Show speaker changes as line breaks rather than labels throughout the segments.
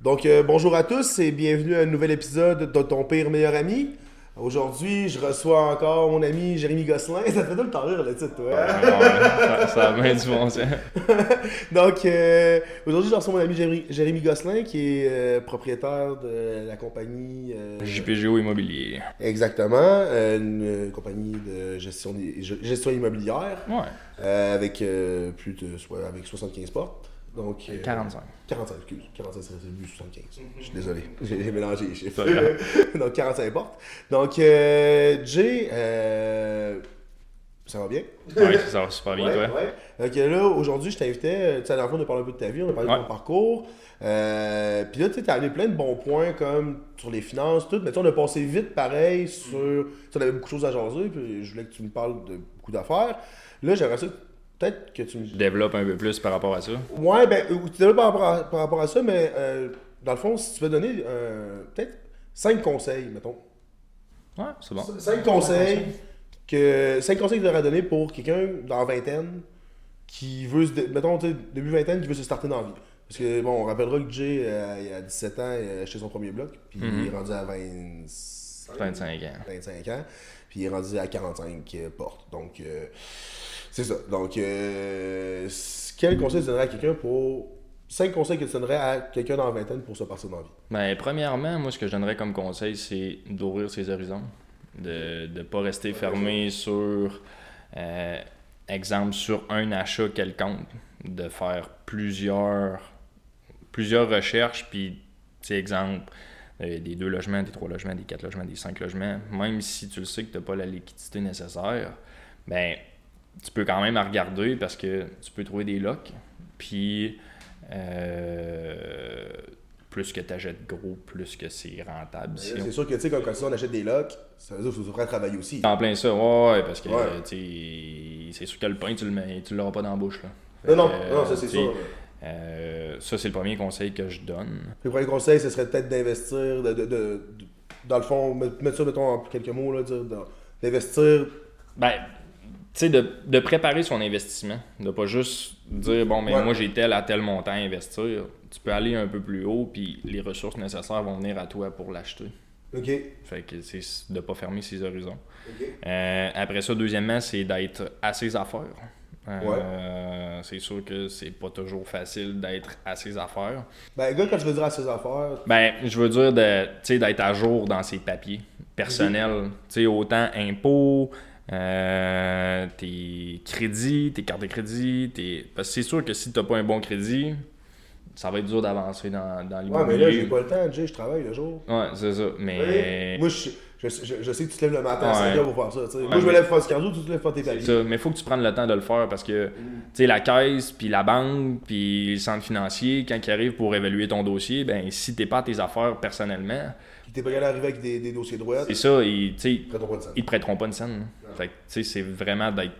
Donc, euh, bonjour à tous et bienvenue à un nouvel épisode de Ton pire meilleur ami. Aujourd'hui, je reçois encore mon ami Jérémy Gosselin. Ça te fait tout le temps rire, le titre, toi. hein?
ça, ça a bien du bon sens.
Donc, euh, aujourd'hui, je reçois mon ami Jérémy, Jérémy Gosselin qui est euh, propriétaire de la compagnie... euh,
JPGO Immobilier.
Exactement, euh, une compagnie de gestion, gestion immobilière
Ouais.
euh, avec, euh, plus de, soit- avec 75 portes. Donc, euh,
45.
45, excuse. 45, c'est le 75. Je suis désolé. J'ai j'ai mélangé les chiffres.
Mhm. Pas grave.
Donc, 45 portes. Donc, euh, Jay, euh, ça va bien?
Ouais, ça va super bien,
Ouais,
toi.
ouais. Donc euh, là, aujourd'hui, je t'invitais, euh, tu sais, à la dernière fois, on a parlé un peu de ta vie, on a parlé de
Ouais.
ton parcours. Euh, Puis là, tu sais, t'as amené plein de bons points, comme sur les finances, tout. Mais tu sais, on a passé vite, pareil, sur...
Mhm.
Tu sais, on avait beaucoup de choses à jaser, puis je voulais que tu me parles de beaucoup d'affaires. Là, j'aimerais ça, peut-être que tu me...
Je développe un peu plus par rapport à ça.
Ouais, ben, euh, tu sais, par, rapport à- par rapport à ça, mais euh, dans le fond, si tu veux donner euh, peut-être cinq conseils, mettons.
Ouais, c'est bon.
Cinq conseils que cinq conseils que j'aurais donné pour quelqu'un dans la vingtaine qui veut se dé- mettons tu sais, début vingtaine qui veut se starter dans la vie. Parce que bon, on rappellera que Jay euh, il a 17 ans, il a acheté son premier bloc, puis il est rendu à 25
25 ans.
25 ans, puis il est rendu à 45 portes. Donc euh, c'est ça. Donc euh, c- quel conseil tu donnerais à quelqu'un pour cinq conseils que tu donnerais à quelqu'un dans la vingtaine pour se partir dans la vie
Ben, premièrement, moi, ce que je donnerais comme conseil, c'est d'ouvrir ses horizons. De ne pas rester fermé sur, euh, exemple, sur un achat quelconque. De faire plusieurs, plusieurs recherches, puis, tu sais, exemple, euh, des deux logements, des trois logements, des quatre logements, des cinq logements. Même si tu le sais que tu n'as pas la liquidité nécessaire, ben, tu peux quand même la regarder parce que tu peux trouver des locks. Puis, euh, plus que tu achètes gros, plus que c'est rentable. si on-
C'est sûr que tu sais quand, quand on achète des locs, ça veut dire qu'il faut faire travailler aussi.
En plein ça, ouais, ouais, parce que
Ouais.
euh, tu sais, c'est sûr que le pain, tu le mets- tu l'auras pas dans la bouche. Là.
Non, non,
Fait que,
non, ça c'est
tu sais,
sûr.
euh, ça, c'est le premier conseil que je donne.
Le premier conseil, ce serait peut-être d'investir, de, de- de- de- dans le fond, met- mettre ça, mettons, en quelques mots, là, dire, dans- d'investir.
Ben, tu sais, de, de préparer son investissement. De pas juste dire, bon, mais
Ouais.
moi, j'ai tel à tel montant à investir. Tu peux aller un peu plus haut, puis les ressources nécessaires vont venir à toi pour l'acheter.
OK.
Fait que c'est de pas fermer ses horizons. Euh, après ça, deuxièmement, c'est d'être à ses affaires. Euh, C'est sûr que c'est pas toujours facile d'être à ses affaires.
Ben, gars, quand je veux dire à ses affaires,
Ben, je veux dire de, tu sais, d'être à jour dans ses papiers personnels. Tu sais, autant impôts, euh, tes crédits, tes cartes de crédit. Tes... Parce que c'est sûr que si t'as pas un bon crédit, ça va être dur d'avancer dans, dans
ouais, mais là,
l'immobilier.
j'ai pas le temps, Jay, je travaille le jour.
Ouais, c'est ça. Mais.
Moi, je, je, je- je sais que tu te lèves le matin à
Ouais.
5 heures pour faire ça, tu sais. Moi,
Ouais,
je me
mais-
lève faire ce cardio, tu te lèves faire tes
C'est
papiers.
ça, mais faut que tu prennes le temps de le faire parce
Mm.
que, tu sais, la caisse, puis la banque, puis le centre financier, quand ils arrivent pour évaluer ton dossier, ben si t'es pas à tes affaires personnellement,
Puis t'es pas capable d'arriver avec des, des dossiers de droite,
c'est ça, ils, tu sais,
prends ton point de scène.
ils te prêteront pas une scène. là. Fait que, tu sais, c'est vraiment d'être...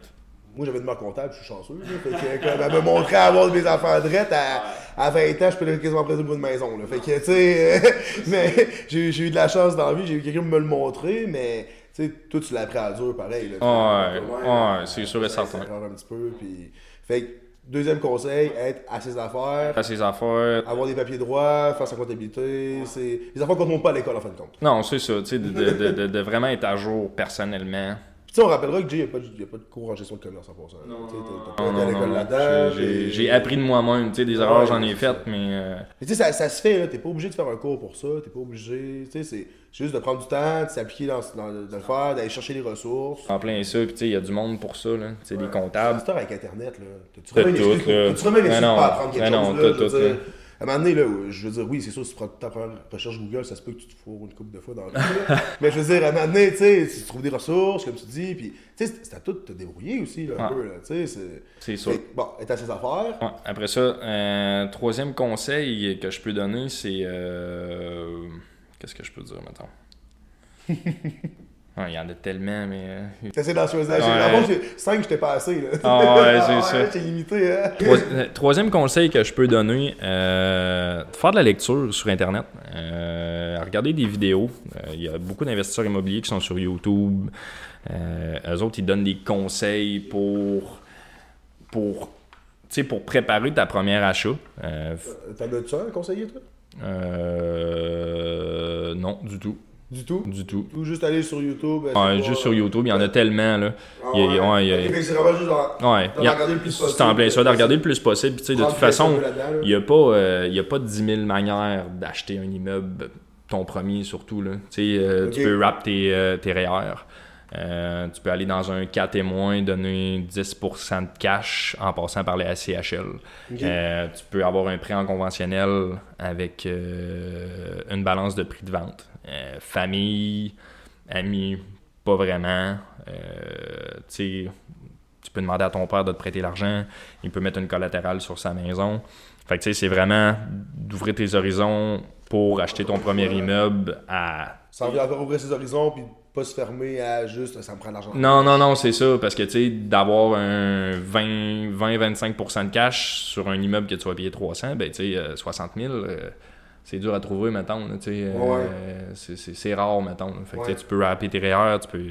Moi, j'avais de ma comptable, je suis chanceux. là. Fait que, comme, elle me montrait à avoir mes enfants drettes à, à 20 ans, je peux quasiment prendre une maison. Là. Fait que, tu sais, euh, mais j'ai j'ai eu de la chance dans la vie, j'ai eu quelqu'un me le montrer, mais tu sais, toi, tu l'as appris à dur pareil. Là,
Ouais,
Fait que,
ouais, c'est sûr et
ça
certain.
s'améliore un petit peu. Puis... Fait que, deuxième conseil, être à ses affaires,
À ses affaires...
avoir des papiers droits, faire sa comptabilité. c'est Les affaires qu'on ne monte pas à l'école en fin de compte.
Non, c'est ça, tu sais, de, de- de- de- de vraiment être à jour personnellement.
Puis, tu sais, on rappellera que Jay, il n'y a, pas de- il y a pas de cours en gestion de commerce en passant. là. Tu sais, t'as- t'as pas été à l'école là-dedans.
J'ai
et-
j'ai appris de moi-même, tu sais, des erreurs,
Ouais,
j'en ai
c'est ça.
faites, mais... euh,
Mais tu sais, ça, ça se fait, là. T'es pas obligé de faire un cours pour ça. T'es pas obligé. Tu sais, c'est c'est juste de prendre du temps, de s'appliquer dans, dans- de le faire, d'aller chercher les ressources.
en plein ça, puis tu sais, il y a du monde pour ça, là. Tu sais, des
À
comptables,
cette heure, avec Internet, là. T'as-tu
Euh, T'as
remis les
tout,
trucs
là.
T'as-tu remis les
Mais
trucs
non,
pour apprendre quelque
mais non,
chose, là?
t'as
Je veux
tout,
dire, À un moment donné, là, je veux dire, oui, c'est sûr, si tu prends tout ta première recherche Google, ça se peut que tu te fourres une couple de fois dans le coup, là. Mais je veux dire, à un moment donné, tu sais, tu trouves des ressources, comme tu dis, puis, tu sais, c'est- c'est à toi de te débrouiller aussi, là, un
Ouais.
peu, là. Tu sais, c'est.
c'est Ah. sûr.
Fait que, Bon, être à ses affaires.
Ouais, après ça, euh, troisième conseil que je peux donner, c'est. euh, Qu'est-ce que je peux dire, maintenant Il y en a tellement, mais. euh,
T'essaies d'en choisir. J'ai-
Ouais.
Avant, j'ai- cinq, j'étais pas assez, là.
Ah ouais, c'est ça.
T'es limité, hein.
Trois- euh, troisième conseil que je peux donner, euh, de faire de la lecture sur Internet, euh, regarder des vidéos. Euh, Il y a beaucoup d'investisseurs immobiliers qui sont sur YouTube. Euh, eux autres, ils donnent des conseils pour, pour, tu sais, pour préparer ta première achat. Euh,
T'en as-tu un conseiller, toi?
Euh, non, du tout.
Du tout?
Du tout.
Ou juste aller sur YouTube? euh,
Ah,
c'est
juste
pas-
sur YouTube, il y en a tellement, là.
Ah
il y a-
ouais?
ouais, il y a-
Ok, fait que c'est vraiment juste dans-
Ouais,
D'en
il y a-
regarder le plus
c'est en plein
possible.
ça, de regarder le plus possible. Puis, tu sais, de
prendre
toute façon,
quelques là-dedans, là.
il n'y a, pas, euh, il y a pas 10 000 manières d'acheter un immeuble, ton premier surtout. Là. Tu sais, euh,
Ok.
Tu peux wrap tes, euh, tes REER. Euh, tu peux aller dans un 4 et moins, donner 10% de cash en passant par les SCHL.
Ok.
Euh, tu peux avoir un prêt en conventionnel avec euh, une balance de prix de vente. Euh, famille, amis, pas vraiment. Euh, tu sais, tu peux demander à ton père de te prêter l'argent. Il peut mettre une collatérale sur sa maison. Fait que tu sais, c'est vraiment d'ouvrir tes horizons pour acheter ton premier immeuble à
Ça veut encore ouvrir ses horizons puis pas se fermer à juste ça me prend de l'argent.
Non, non, non, c'est ça. Parce que, tu sais, d'avoir un 20-25% de cash sur un immeuble que tu vas payer 300, ben, tu sais, euh, 60 000, euh, c'est dur à trouver, mettons. là, tu sais, euh,
Ouais.
c'est- c'est c'est rare, mettons. là. Fait que, tu sais,
Ouais.
tu peux rapper tes REER, tu peux.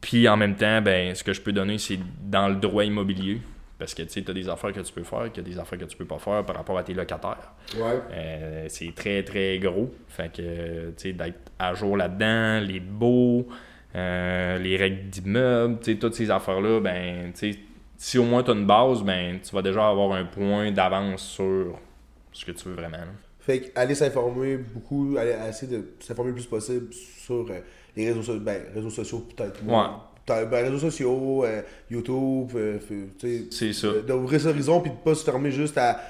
Puis en même temps, ben, ce que je peux donner, c'est dans le droit immobilier. Parce que tu as des affaires que tu peux faire, qu'il y a des affaires que tu peux pas faire par rapport à tes locataires.
Ouais.
Euh, c'est très, très gros. Fait que, euh, tu sais, d'être à jour là-dedans, les beaux, euh, les règles d'immeuble, tu sais, toutes ces affaires-là, ben, tu sais, si au moins tu as une base, ben, tu vas déjà avoir un point d'avance sur ce que tu veux vraiment. là.
Fait que aller s'informer beaucoup, aller essayer de s'informer le plus possible sur euh, les réseaux sociaux, ben réseaux sociaux peut-être moins.
Ouais.
Peut-être, Ben, réseaux sociaux, euh, YouTube, euh, fait- tu sais,
C'est ça.
de- d'ouvrir ses horizons puis de pas se fermer juste à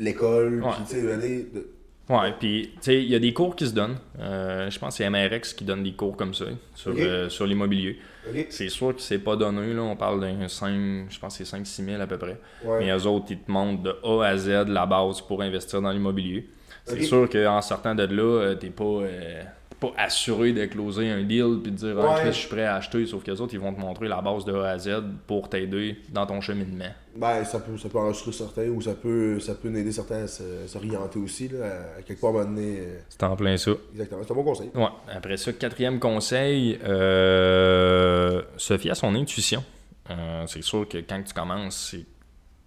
l'école,
Ouais.
puis tu sais aller de-
Ouais, puis, tu sais, il y a des cours qui se donnent. Euh, je pense que c'est MRX qui donne des cours comme ça sur,
Ok.
euh, sur l'immobilier.
Ok.
C'est sûr que c'est pas donné, là. On parle d'un 5, je pense que c'est 5-6 000 à peu près.
Ouais.
Mais eux autres, ils te montrent de A à Z la base pour investir dans l'immobilier. C'est
Ok.
sûr qu'en sortant de là, euh, t'es pas, euh, t'es pas assuré de closer un deal puis de dire Ah,
Ouais.
Chris, je suis prêt à acheter. Sauf que les autres, ils vont te montrer la base de A à Z pour t'aider dans ton cheminement.
Ben, ça peut, ça peut enregistrer certains ou ça peut, ça peut aider certains à se- s'orienter aussi, là, à quelque part à un moment donné, euh,
C'est en plein ça.
Exactement, c'est un bon conseil.
Ouais. Après ça, quatrième conseil, euh, se fier à son intuition. Euh, c'est sûr que quand tu commences, c'est,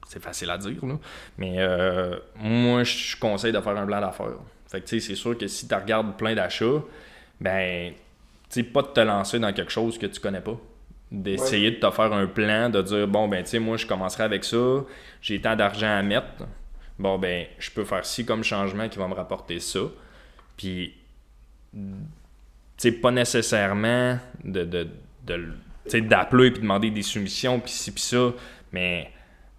c'est facile à dire, là. mais euh, moi, je conseille de faire un plan d'affaires. Fait que, tu sais, c'est sûr que si tu regardes plein d'achats, ben, tu sais, pas de te lancer dans quelque chose que tu connais pas. D'essayer de te faire un plan, de dire, bon, ben, tu sais, moi, je commencerai avec ça, j'ai tant d'argent à mettre, bon, ben, je peux faire ci comme changement qui va me rapporter ça. Puis, tu sais, pas nécessairement de, de, de le- tu sais, d'appeler puis demander des soumissions, puis ci, puis ça, mais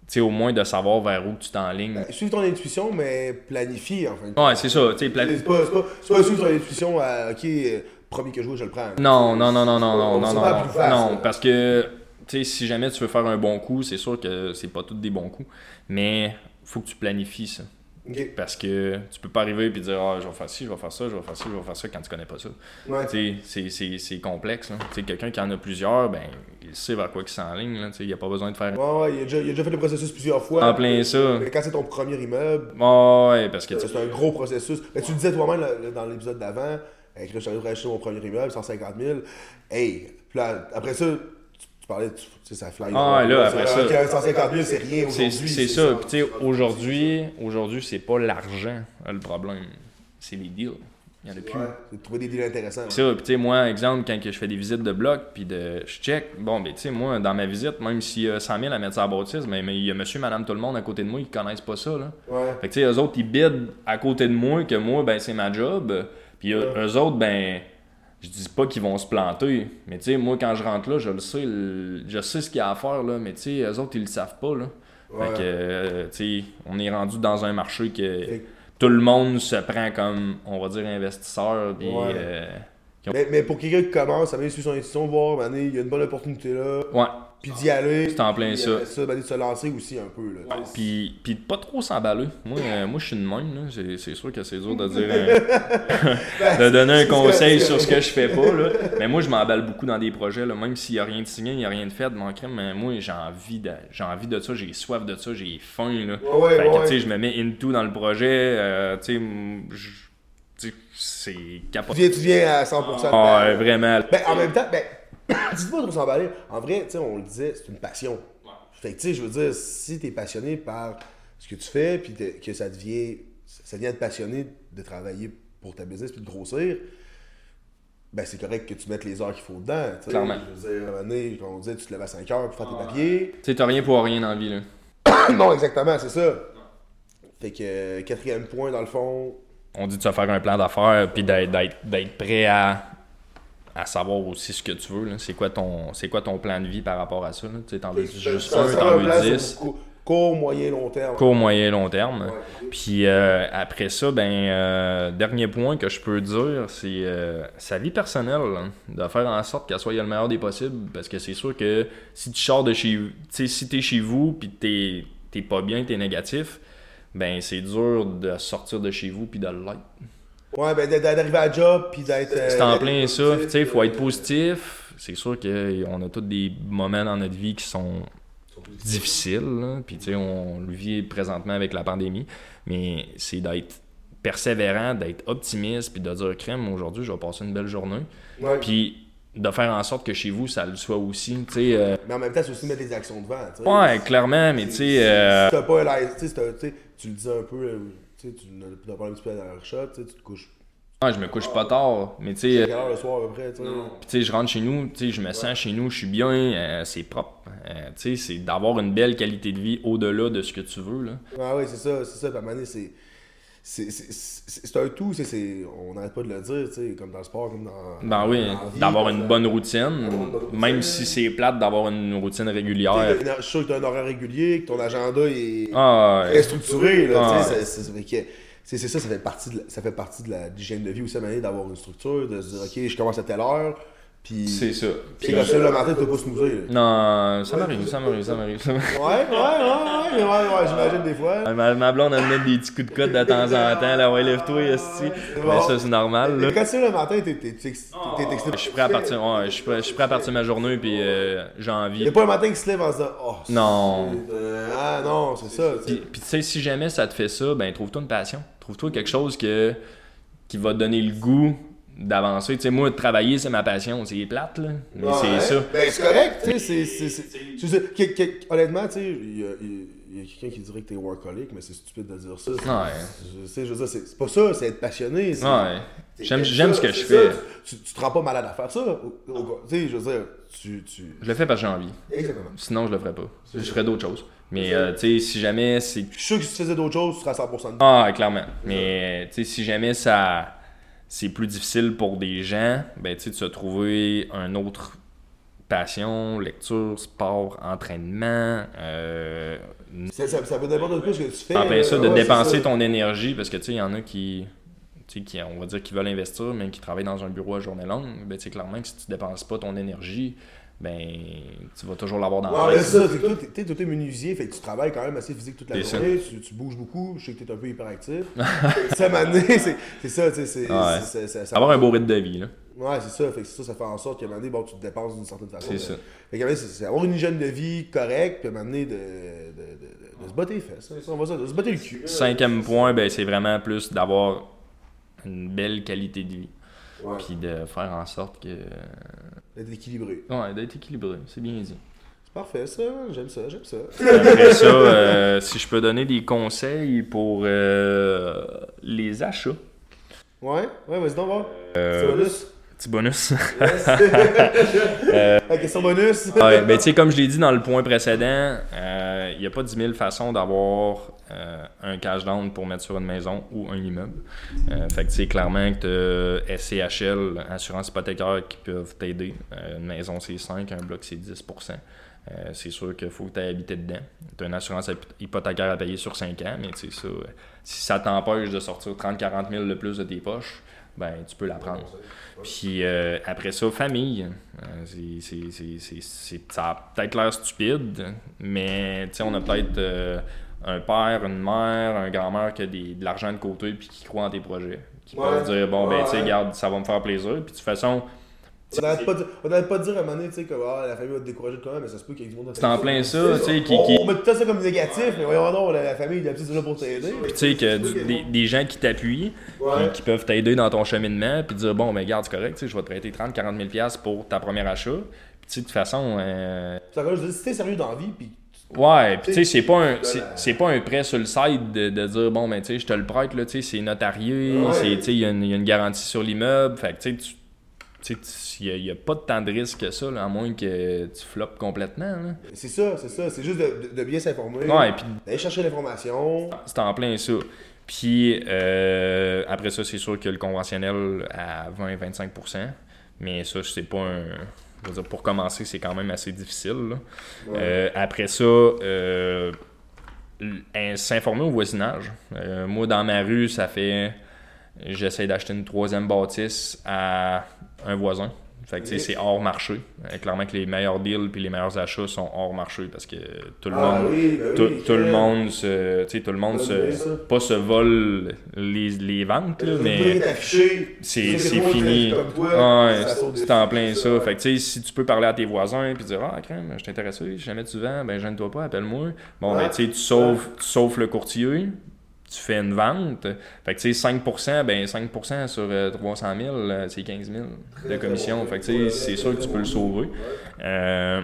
tu sais, au moins de savoir vers où tu t'enlignes.
Suive Euh, ton intuition, mais planifie, enfin.
Ouais, c'est ça, tu sais, plan-
C'est pas, c'est pas, c'est pas suivre ton intuition à, OK, euh, premier que je joue, je le prends.
Non, non, non, non, non, non,
On
non,
se
non,
bat plus fast,
non,
là.
parce que, tu sais, si jamais tu veux faire un bon coup, c'est sûr que c'est pas tous des bons coups, mais faut que tu planifies ça.
OK.
Parce que tu peux pas arriver et dire, ah, je vais faire ci, je vais faire ça, je vais faire ça, je vais faire ça quand tu connais pas ça.
Ouais.
Tu sais, c'est- c'est c'est complexe. là. Tu sais, Quelqu'un qui en a plusieurs, ben, il sait vers quoi il s'enligne. là. Tu sais, Il n'y a pas besoin de faire
Ouais, ouais, il a, déjà, il a déjà fait le processus plusieurs fois.
en plein ça.
Mais quand c'est ton premier immeuble,
Ouais, parce que tu
c'est un gros processus. Mais tu le disais toi-même là, là, dans l'épisode d'avant, avec le j'arrive à acheter mon premier immeuble, 150 000. Hey, puis là, après ça, tu, tu parlais, tu, tu sais, ça fly.
Ah, ouais, là, après ça.
Ok, 150 000, c'est rien
C'est
aujourd'hui.
c'est ça. Puis tu sais, aujourd'hui, aujourd'hui, c'est pas l'argent euh, le problème, c'est les deals. Il y en a plus.
Ouais, c'est de trouver des deals intéressants.
Ça, puis tu sais, moi, exemple, quand que je fais des visites de bloc, puis de, je check, bon, ben, tu sais, moi, dans ma visite, même s'il y a 100 000 à mettre sur la bâtisse, mais mais il y a monsieur, madame, tout le monde à côté de moi, ils connaissent pas ça, là.
Ouais.
Fait que, tu sais, eux autres, ils bident à côté de moi, que moi, ben, c'est ma job. Puis eux, eux autres, ben, je dis pas qu'ils vont se planter. Mais, tu sais, moi, quand je rentre là, je le sais, le- je sais ce qu'il y a à faire, là. Mais, tu sais, eux autres, ils le savent pas, là. Fait
Ouais.
que, euh, tu sais, on est rendu dans un marché que
Fait que-
tout le monde se prend comme, on va dire, investisseur. Puis,
Ouais.
euh,
Mais, mais pour quelqu'un qui commence, ça va suivre son intuition, voir, ben, il y a une bonne opportunité là,
ouais,
puis d'y aller.
c'est en plein
puis
ça.
après ça, ben, de se lancer aussi un peu. Là.
Puis, puis de pas trop s'emballer. Moi, euh, moi je suis de même. là. C'est, c'est sûr que c'est dur de dire un-
Ben,
de donner un conseil sur ce que je fais pas. Là. Mais moi, je m'emballe beaucoup dans des projets. Là. Même s'il n'y a rien de signé, il n'y a rien de fait, mon crime, mais moi, j'ai envie, de, j'ai envie de ça, j'ai soif de ça, j'ai faim. Là.
Ouais,
Fait que, Ben,
ouais.
tu sais, je me mets into dans le projet. euh, tu sais, m- je- tu sais, c'est
Tu,
capable.
viens, tu viens à 100% de
Ah,
ta-
ouais, vraiment.
Ben, en même temps, ben, dites pas trop s'emballer. En vrai, tu sais, on le disait, c'est une passion. Fait que, tu sais, je veux dire, si t'es passionné par ce que tu fais, puis te- que ça devient ça vient être passionné de travailler pour ta business puis de grossir, ben c'est correct que tu mettes les heures qu'il faut dedans. tu sais.
Clairement.
Je veux dire, à un moment donné, comme on disait, tu te lèves à 5 heures pour faire tes papiers.
Tu sais, t'as rien pour rien dans la vie, là.
non, exactement, c'est ça. Fait que euh, quatrième point, dans le fond,
On dit de se faire un plan d'affaires puis d'être- d'être d'être prêt à, à savoir aussi ce que tu veux. là. C'est quoi, ton- c'est quoi ton plan de vie par rapport à ça? là? Tu sais, t'en veux Ben, juste
Ça,
un,
c'est
t'en
un plan sur
veux dix.
cou- Court, moyen, long terme.
court, moyen et long terme.
Ouais.
Puis euh, après ça, ben euh, dernier point que je peux dire, c'est euh, sa vie personnelle, là, de faire en sorte qu'elle soit le meilleur des possibles, parce que c'est sûr que si tu sors de chez, tu sais, si t'es chez vous puis t'es t'es pas bien, t'es négatif, ben c'est dur de sortir de chez vous puis de l'être.
Ouais, ben d'- d'arriver à job puis d'être. euh,
C'est en
d'être
plein ça.
positif,
Tu sais, faut être
euh,
positif. C'est sûr qu'on a tous des moments dans notre vie qui sont difficiles. là. Puis, tu sais, on le vit présentement avec la pandémie. Mais c'est d'être persévérant, d'être optimiste, puis de dire, crème, aujourd'hui, je vais passer une belle journée.
ouais.
Puis de faire en sorte que chez vous, ça le soit aussi. Tu sais, euh,
Mais en même temps, c'est aussi mettre des actions devant. tu sais.
ouais, clairement, mais tu sais, euh,
Si t'as pas un live- tu sais, c'est un- tu sais, tu le dis un peu, euh, tu sais, tu en parles un petit peu dans le shot, tu sais, tu te couches.
ouais, je me couche pas tard. Mais tu sais, euh,
à quelle heure le soir après, tu sais.
Puis, tu sais, je rentre chez nous, tu sais, je me sens chez nous, je suis bien, euh, c'est propre. Euh, tu sais, c'est d'avoir une belle qualité de vie au-delà de ce que tu veux, là.
Ah ouais, c'est ça, c'est ça. Puis à un moment donné, c'est. C'est c'est- c'est- c'est un tout, c'est- c'est- on n'arrête pas de le dire, tu sais, comme dans le sport, comme dans.
Ben oui,
dans la vie,
d'avoir
comme
une
dans-
bonne routine,
D'avoir une bonne routine.
même si c'est plate d'avoir une routine
Tu sais,
régulière.
t'as- Je suis sûr que tu as un horaire régulier, que ton agenda est.
Ah, ouais.
est structuré là,
Ouais.
tu sais, c'est- c'est- fait que- c'est c'est ça ça fait partie de la- ça fait partie de la- de l'hygiène de vie aussi à un moment donné, d'avoir une structure de se dire OK, je commence à telle heure puis
c'est ça.
c'est comme ça le matin tu peux pas se mouser.
Non, ça m'arrive, ça m'arrive, ça m'arrive. ça m'arrive.
Ouais, ouais, ouais, ouais, ouais, ouais, j'imagine des fois.
Ma, ma blonde, elle me met des petits coups de côte de temps en temps, là, ouais, lève-toi, esti. Mais
bon.
ça, c'est normal, Ah, là.
Mais Quand c'est le matin, t'es t'es- t'es ex- t'es excité.
Je suis prêt à partir, ouais, je suis prêt, je suis prêt à partir de ma journée, puis euh, j'ai envie.
Il n'y a pas un matin qui se lève en se disant Oh, c'est-
Non.
euh, ah non, c'est ça. tu sais.
Puis, puis tu sais, si jamais ça te fait ça, ben trouve-toi une passion. Trouve-toi quelque chose que, qui va te donner le goût d'avancer. Tu sais, moi, travailler, c'est ma passion. C'est plate, là. Mais
Ouais,
c'est
ouais.
ça.
Ben, c'est correct, tu sais. c'est- c'est- c'est- c'est- c'est- que- que- Honnêtement, tu sais, il y a, il y a quelqu'un qui dirait que t'es workaholic, mais c'est stupide de dire ça.
Ouais.
Je sais, je veux dire, c'est c'est pas ça, c'est être passionné. c'est-
Ouais.
c'est-
J'aime,
c'est
j'aime
ça,
ce que je
c'est
fais.
ça, Tu, tu- tu te rends pas malade à faire ça. au- au- tu sais, je veux dire, tu. tu...
Je le fais parce que j'ai envie.
Exactement.
Sinon, je le ferais pas. Je ferais d'autres choses. Mais, euh, tu sais, si jamais c'est
Je suis sûr que si tu faisais d'autres choses, tu serais à 100% dedans.
Ah, clairement. Mais tu sais, si jamais ça c'est plus difficile pour des gens, ben tu sais, de se trouver un autre passion, lecture, sport, entraînement, euh,
Ça, ça, ça peut n'importe quoi ce que tu fais.
en plein Ah, ben, ça,
là,
de
ouais, c'est
dépenser
ça.
ton énergie, parce que tu sais, il y en a qui, tu sais, qui, on va dire, qui veulent investir, mais qui travaillent dans un bureau à journée longue, ben tu sais, clairement que si tu dépenses pas ton énergie, ben tu vas toujours l'avoir dans
Ah, Ouais,
la
mais
tête.
ça, c'est que toi, t'es- t'es- toi, t'es menuisier, fait que tu travailles quand même assez physique toute la
C'est ça.
journée, tu, tu bouges beaucoup, je sais que t'es un peu hyperactif. ça m'a donné, c'est c'est ça, tu sais, c'est.
Ouais. Ah
c'est- c'est- ça- ça-
Avoir un beau rythme de vie, là.
Ouais, c'est ça. Fait que c'est ça, ça fait en sorte qu'à un moment donné, bon, tu te dépenses d'une certaine façon.
C'est
mais-
ça.
Fait qu'à un moment donné, c'est c'est avoir une hygiène de vie correcte, puis à un moment donné, de, de, de- de- de se botter les fesses. hein, ça, on va ça, de se botter le cul.
Cinquième point, ben, c'est vraiment plus d'avoir une belle qualité de vie.
Ouais.
Puis de faire en sorte que.
D'être équilibré.
Ouais, d'être équilibré, c'est bien dit.
C'est parfait, ça. hein, J'aime ça, j'aime ça.
Après ça, euh, si je peux donner des conseils pour euh, les achats.
Ouais, ouais, vas-y, donc, voir.
Euh,
Question bonus.
Petit bonus.
La question bonus.
Euh, Ouais, ben, tu sais, comme je l'ai dit dans le point précédent, euh, il n'y a pas 10 000 façons d'avoir euh, un cash down pour mettre sur une maison ou un immeuble. Euh, fait que, tu sais, clairement que tu SCHL, assurance hypothécaire, qui peuvent t'aider. Euh, une maison, c'est 5, un bloc, c'est 10 Euh, c'est sûr qu'il faut que tu aies habité dedans. Tu as une assurance hyp- hypothécaire à payer sur 5 ans, mais tu sais, ça, euh, si ça t'empêche de sortir 30-40 000 de plus de tes poches, ben tu peux la
Ah,
prendre. Puis euh, après ça, famille. Euh, c'est- c'est- c'est- c'est- c'est- ça a peut-être l'air stupide, mais tu sais, on a peut-être euh, un père, une mère, un grand-mère qui a des- de l'argent de côté puis qui croit en tes projets. Qui
Ouais.
peuvent dire, bon, ben
Ouais.
tu sais, garde, ça va me faire plaisir. Puis de toute façon,
On n'arrête pas, de- on n'arrête pas de dire à un moment donné, tu sais, que ah, la famille va te décourager de quand même, mais ça se peut qu'il y ait du monde dans
c'est en
famille.
plein ça, tu sais, qui-
On,
qui,
on met tout ça comme négatif, mais voyons non, la, la famille, la petite, est là pour t'aider.
Puis tu sais, que du- des, des gens qui t'appuient, puis qui peuvent t'aider dans ton cheminement, puis dire bon, ben garde, c'est correct, tu sais, je vais te prêter 30, 40 000 pièces pour ta première achat. Puis tu sais, de toute façon, euh,
Puis encore, je dis, si t'es sérieux dans la vie, puis tu
Ouais, puis tu sais, c'est pas, un- c'est- c'est pas un prêt sur le site de, de dire bon, ben tu sais, je te le prête, là, tu sais, c'est notarié,
Ouais.
c'est- tu sais, il y, a une- il y a une garantie sur l'immeuble, fait que tu sais, tu- tu sais, il n'y a, pas tant de risque que ça, là, à moins que tu floppes complètement. Là.
C'est ça, c'est ça. C'est juste de, de- de bien s'informer.
Ouais, puis
D'aller chercher l'information.
C'est en plein ça. Puis euh, après ça, c'est sûr que le conventionnel à 20-25%. Mais ça, c'est pas un. je veux dire, pour commencer, c'est quand même assez difficile. là. Euh, après ça, euh, l- euh, s'informer au voisinage. Euh, moi, dans ma rue, ça fait. J'essaie d'acheter une troisième bâtisse à un voisin. Fait que, tu sais, c'est hors marché. Euh, clairement que les meilleurs deals puis les meilleurs achats sont hors marché parce que tout le
Ah
monde
oui, ben oui,
tout, tout le
crème.
monde se, tu sais, tout le monde
Bonne idée, ça.
se, pas se vole les, les ventes, là,
Le prix
mais
est affiché.
c'est
Ça,
c'est
moi, je
fini.
suis comme toi,
Ouais,
ça saute des
c'est en
filles,
plein ça. Fait que, tu sais, si tu peux parler à tes voisins puis dire Ah, crème, je suis intéressé, si jamais tu vends, ben, gêne-toi pas, appelle-moi. Bon,
Ouais.
ben, tu sais, tu sauves, tu sauves le courtier, tu fais une vente. Fait que, tu sais, 5%, ben, 5% sur euh, 300 000, euh, c'est 15 000 de commission. Fait que, tu sais, c'est sûr que tu peux le sauver. Euh,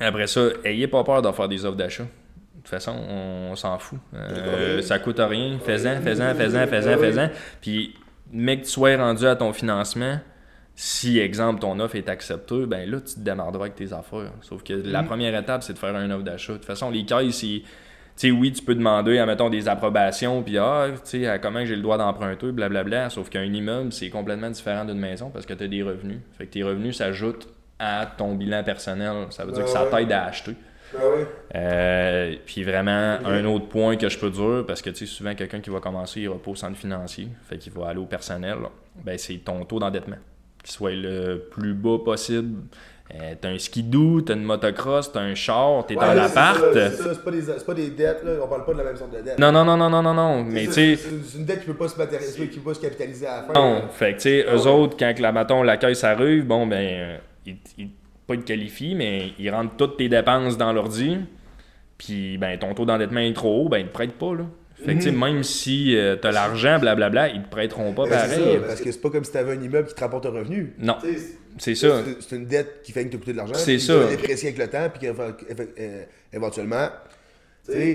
après ça, ayez pas peur d'en faire des offres d'achat. De toute façon, on, on s'en fout. Euh,
Ouais.
ça coûte rien. Fais-en, fais-en, fais-en, fais-en, fais-en. Puis, mais que tu sois rendu à ton financement, si, exemple, ton offre est acceptée, ben là, tu te démarderas avec tes affaires. Sauf que la première étape, c'est de faire une offre d'achat. De toute façon, les caisses, c'est. Tu sais, oui, tu peux demander, mettons, des approbations, puis ah, tu sais, à comment j'ai le droit d'emprunter, blablabla. Sauf qu'un immeuble, c'est complètement différent d'une maison parce que tu as des revenus. Fait que tes revenus s'ajoutent à ton bilan personnel. Ça veut dire que ça
Ouais.
t'aide à acheter.
Ah ouais.
Euh, puis vraiment,
Ok.
un autre point que je peux dire, parce que tu sais, souvent quelqu'un qui va commencer, il va pas au centre financier, fait qu'il va aller au personnel, là. ben c'est ton taux d'endettement. Qu'il soit le plus bas possible. Euh, t'as un skidoo, t'as une motocross, t'as un char, t'es
Ouais,
en
c'est
appart.
ça, C'est ça, c'est pas, des- c'est pas des dettes, là. On parle pas de la même sorte de dette.
Non, non, non, non, non, non, non. Mais tu
C'est
sais,
ça, C'est c'est une dette qui peut pas se matérialiser, qui peut pas se capitaliser à la fin.
Non, fait que, tu sais, eux autres, quand la, mettons, la caisse arrive, bon, ben, euh, ils, ils- pas ils te qualifient, mais ils rentrent toutes tes dépenses dans l'ordi, puis, ben, ton taux d'endettement est trop haut, ben, ils te prêtent pas, là. Fait que, tu sais, même si euh, t'as l'argent, blablabla, ils te prêteront pas
Mhm. Ben, c'est
pareil.
ça, parce que c'est pas comme si t'avais un immeuble qui te rapporte un revenu.
Non,
Tu sais,
c'est ça.
C'est- C'est une dette qui fait que te coûter de l'argent.
C'est
puis
ça.
Qui va déprécier avec le temps, puis euh, qu'éventuellement.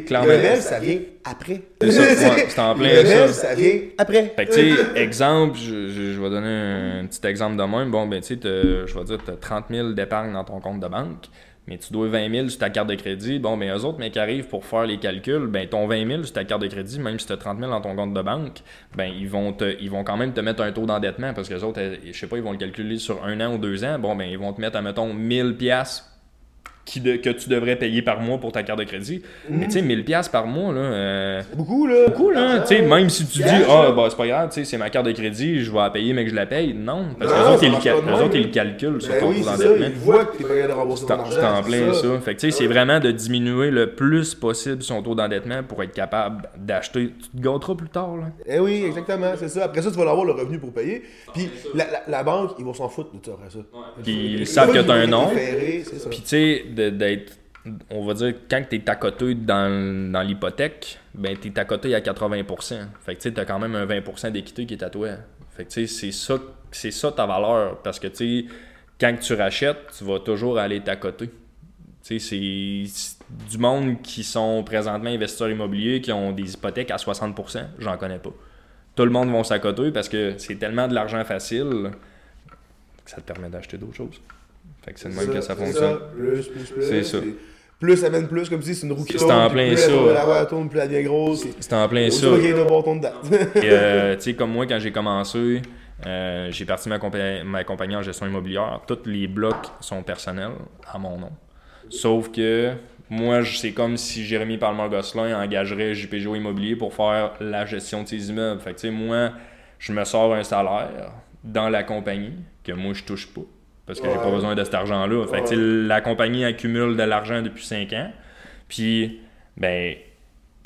Clairement.
Le ML, ça vient après.
C'est ça, ouais, c'est en plein
Le
ça.
ML, ça vient après.
Fait que, tu sais, exemple, je, je- je vais donner un petit exemple de même. Bon, ben, tu sais, t'as- je vais dire, tu as 30 000 d'épargne dans ton compte de banque, mais tu dois 20 000 sur ta carte de crédit. Bon, ben, eux autres, mais qui arrivent pour faire les calculs, ben, ton 20 000 sur ta carte de crédit, même si tu as 30 000 dans ton compte de banque, ben, ils vont, te, ils vont quand même te mettre un taux d'endettement parce que les autres, euh, je sais pas, ils vont le calculer sur un an ou deux ans. Bon, ben, ils vont te mettre, mettons 1000 piastres qui de- que tu devrais payer par mois pour ta carte de crédit. Mais tu sais, 1000 piastres par mois, là. euh,
Beaucoup, là. Ben
beaucoup, là. hein, Tu sais, même si tu
Cash,
dis, ah,
là.
bah, c'est pas grave, tu sais, c'est ma carte de crédit, je vais la payer, mais que je la paye. Non, parce que
Non,
les autres,
ça
ils le
marche pas
cal-
de
eux
même,
autres, ils
là.
le calculent sur
Ben
ton
oui,
taux
c'est ça.
d'endettement.
Ils voient que t'es pas capable de rembourser
C'est
ton
en-
argent.
c'est en
c'est
plein ça. Fait que, tu sais, c'est vraiment de diminuer le plus possible son taux d'endettement pour être capable d'acheter. Tu te gâteras plus tard, là.
Eh oui, exactement, c'est ça. Après ça, tu vas avoir le revenu pour payer. Puis la, la- la banque, ils vont s'en foutre de ça après ça.
Puis ils savent que t'as un nom.
Préféré, c'est ça.
Puis tu sais, de- d'être, on va dire, quand t'es à côté dans, dans l'hypothèque, ben t'es à côté à 80%. Fait que tu sais, t'as quand même un 20% d'équité qui est à toi. Fait que tu sais, c'est ça, c'est ça ta valeur. Parce que tu sais, quand tu rachètes, tu vas toujours aller à côté. Tu sais, c'est c'est du monde qui sont présentement investisseurs immobiliers qui ont des hypothèques à 60%, j'en connais pas. Tout le monde va s'accoter parce que c'est tellement de l'argent facile que ça te permet d'acheter d'autres choses. Fait que c'est de même que ça
c'est
fonctionne.
Plus, plus, plus.
C'est ça.
puis Plus amène plus, comme si c'est une roue qui
C'est
tourne.
en
puis
plein
plus
ça.
elle tourne, La roue elle tourne, plus elle devient grosse.
C'est en plein
Et
ça.
ça. Il y a un bâton dedans.
Et, euh, tu sais, comme moi, quand j'ai commencé, euh, j'ai parti ma, compa- ma compagnie en gestion immobilière. Tous les blocs sont personnels à mon nom. Sauf que moi, je- c'est comme si Jérémy Palmer Gosselin engagerait JPGO Immobilier pour faire la gestion de ses immeubles. Fait que, tu sais, moi, je me sors un salaire dans la compagnie que moi, je touche pas. Parce que j'ai pas
Ouais.
besoin de cet argent-là. Fait que, tu sais, la compagnie accumule de l'argent depuis 5 ans. Puis, ben, tu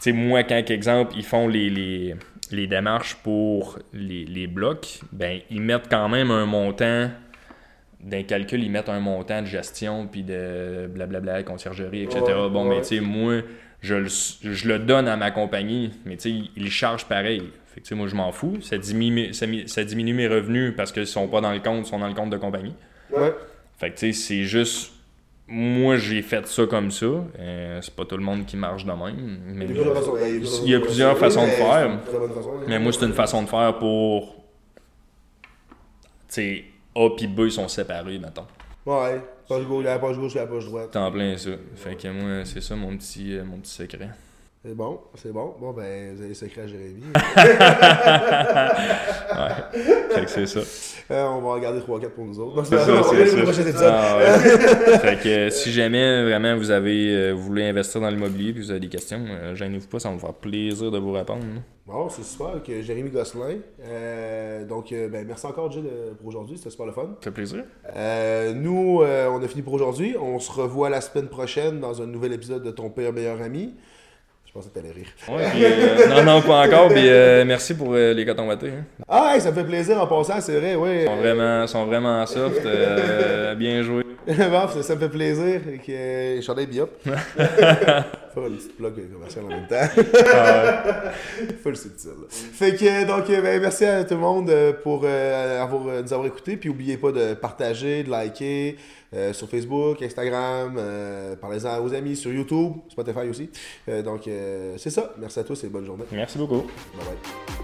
sais, moi, quand, exemple, ils font les, les, les démarches pour les, les blocs, ben, ils mettent quand même un montant d'un calcul, ils mettent un montant de gestion, puis de blablabla, conciergerie, etc.
Ouais,
bon,
ouais.
mais tu sais, moi, je le, je le donne à ma compagnie, mais tu sais, ils le chargent pareil. Fait que, tu sais, moi, je m'en fous. Ça diminue, ça, mi- ça diminue mes revenus parce qu'ils sont pas dans le compte, ils sont dans le compte de compagnie.
Ouais.
Fait que, tu sais, c'est juste moi, j'ai fait ça comme ça. Euh, c'est pas tout le monde qui marche de même. Mais
Il y a plusieurs façons-
il y a plusieurs façons de
mais
faire.
c'est une très bonne façon, là.
Mais moi, c'est une façon de faire pour. Tu sais, A puis B sont séparés, mettons.
Ouais, poche gauche, la poche gauche, la poche droite.
T'es en plein ça. Fait que moi, c'est ça mon petit, euh, mon petit secret.
C'est bon, c'est bon. Bon, ben, vous avez le secret à Jérémy.
Fait que c'est ça.
Euh, on va regarder 3-4 pour nous autres. Non,
C'est
pas-
ça,
on
c'est
regarde
ça.
le prochain épisode.
Ah ouais. fait que euh, si jamais vraiment vous avez euh, vous voulez investir dans l'immobilier puis vous avez des questions, euh, gênez-vous pas, ça va me faire plaisir de vous répondre. hein. là.
Bon, c'est super que Jérémy Gosselin. Euh, donc, euh, ben, merci encore, Jill, euh, pour aujourd'hui. C'était super le fun.
Ça fait plaisir.
Euh, nous, euh, on a fini pour aujourd'hui. On se revoit la semaine prochaine dans un nouvel épisode de Ton père meilleur ami. Je pensais que t'allais rire.
Ouais, puis, euh, non, non, pas encore. Puis, euh, merci pour euh, les cotons wattés. hein.
Ah, hey, ça me fait plaisir en passant, c'est vrai, oui.
Ils sont vraiment, sont vraiment soft. euh, bien joué.
Bon, ça, ça me fait plaisir que Chandail Biop. Faire une petite plug commerciale en même temps. Full subtil. Fait que donc euh, ben, merci à tout le monde euh, pour euh, avoir, euh, nous avoir écoutés. Puis oubliez pas de partager, de liker euh, sur Facebook, Instagram, euh, parlez-en aux amis sur YouTube, Spotify aussi. Euh, donc euh, c'est ça. Merci à tous et bonne journée.
Merci beaucoup.
Bye bye.